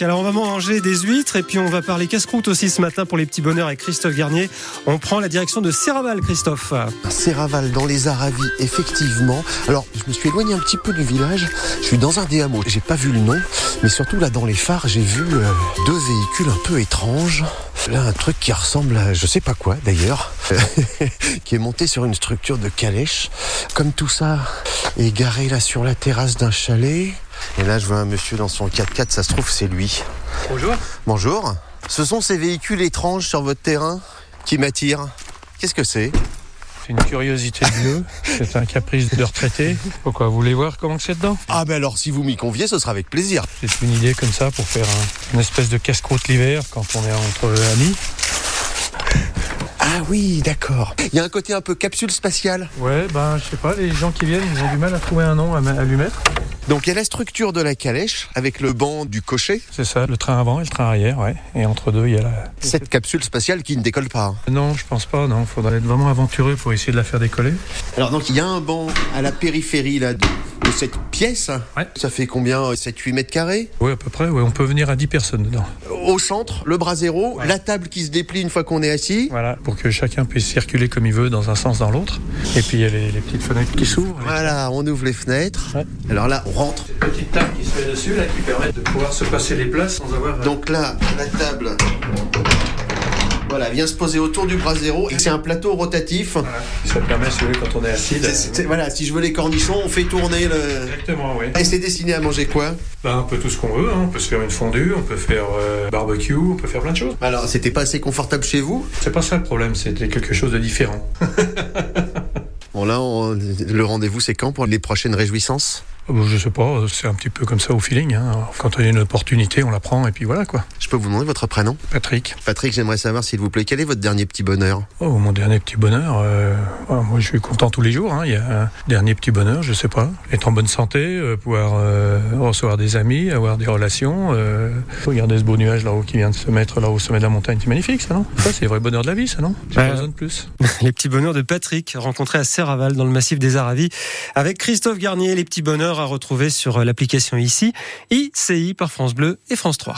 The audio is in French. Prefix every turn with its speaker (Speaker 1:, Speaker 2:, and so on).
Speaker 1: Alors on va manger des huîtres et puis on va parler casse-croûte aussi ce matin pour les petits bonheurs avec Christophe Garnier. On prend la direction de Serraval, Christophe.
Speaker 2: Serraval dans les Aravis, effectivement. Alors, je me suis éloigné un petit peu du village. Je suis dans un des hameaux. J'ai pas vu le nom, mais surtout là dans les phares, j'ai vu euh, deux véhicules un peu étranges. Là, un truc qui ressemble à je sais pas quoi d'ailleurs, qui est monté sur une structure de calèche. Comme tout ça est garé là sur la terrasse d'un chalet. Et là, je vois un monsieur dans son 4x4, ça se trouve, c'est lui.
Speaker 1: Bonjour.
Speaker 2: Bonjour. Ce sont ces véhicules étranges sur votre terrain qui m'attirent. Qu'est-ce que c'est
Speaker 3: C'est une curiosité de vieux. C'est un caprice de retraité. Pourquoi Vous voulez voir comment c'est dedans
Speaker 2: Ah ben alors, si vous m'y conviez, ce sera avec plaisir.
Speaker 3: C'est une idée comme ça pour faire un- une espèce de casse-croûte l'hiver quand on est entre amis.
Speaker 2: Ah oui, d'accord. Il y a un côté un peu capsule spatiale.
Speaker 3: Ouais, ben je sais pas, les gens qui viennent, ils ont du mal à trouver un nom à, ma- à lui mettre.
Speaker 2: Donc il y a la structure de la calèche avec le banc du cocher.
Speaker 3: C'est ça, le train avant et le train arrière, ouais. Et entre deux, il y a la...
Speaker 2: Cette capsule spatiale qui ne décolle pas. hein.
Speaker 3: Non, je pense pas, non. Faudrait être vraiment aventureux pour essayer de la faire décoller.
Speaker 2: Alors donc il y a un banc à la périphérie là de, de cette pièce.
Speaker 3: Ouais.
Speaker 2: Ça fait combien 7-8 mètres carrés.
Speaker 3: Ouais, à peu près, ouais. On peut venir à 10 personnes dedans.
Speaker 2: Au centre, le bras zéro, la table qui se déplie une fois qu'on est assis.
Speaker 3: Voilà, pour que chacun puisse circuler comme il veut dans un sens, dans l'autre. Et puis il y a les, les petites fenêtres qui s'ouvrent.
Speaker 2: Voilà, on ouvre les fenêtres.
Speaker 3: Ouais.
Speaker 2: Alors là, on rentre.
Speaker 3: petite table qui se met dessus là qui permet de pouvoir se passer les places sans avoir
Speaker 2: Donc là, la table. Voilà, vient se poser autour du bras zéro. Et C'est un plateau rotatif.
Speaker 3: ça permet si vous voulez, quand on est assis de-
Speaker 2: C'est- c'est- voilà, si je veux les cornichons, on fait tourner le.
Speaker 3: Exactement, oui.
Speaker 2: Et c'est destiné à manger quoi
Speaker 3: Bah, un peu tout ce qu'on veut, hein. on peut se faire une fondue, on peut faire euh, barbecue, on peut faire plein de choses.
Speaker 2: Alors, c'était pas assez confortable chez vous
Speaker 3: C'est pas ça le problème, c'était quelque chose de différent.
Speaker 2: Bon, là, on- le rendez-vous, c'est quand pour les prochaines réjouissances
Speaker 3: Ah bon, Je sais pas, euh, c'est un petit peu comme ça au feeling. hein. Quand on a une opportunité, on la prend et puis voilà quoi.
Speaker 2: Je peux vous demander votre prénom
Speaker 3: Patrick,
Speaker 2: Patrick, j'aimerais savoir, s'il vous plaît, quel est votre dernier petit bonheur
Speaker 3: oh, mon dernier petit bonheur, euh, ouais, moi je suis content tous les jours. hein. Il y a un dernier petit bonheur, je sais pas. Être en bonne santé, euh, pouvoir euh, recevoir des amis, avoir des relations. euh. Regardez ce beau nuage là-haut qui vient de se mettre là au sommet de la montagne, c'est magnifique ça non Ça c'est le vrai bonheur de la vie ça non J'ai
Speaker 1: Ouais.
Speaker 3: pas besoin de plus.
Speaker 1: Les petits bonheurs de Patrick, rencontré à Serraval dans le massif des Aravis, avec Christophe Garnier. Les petits bonheurs à retrouver sur l'application ICI, ICI par France Bleu et France 3.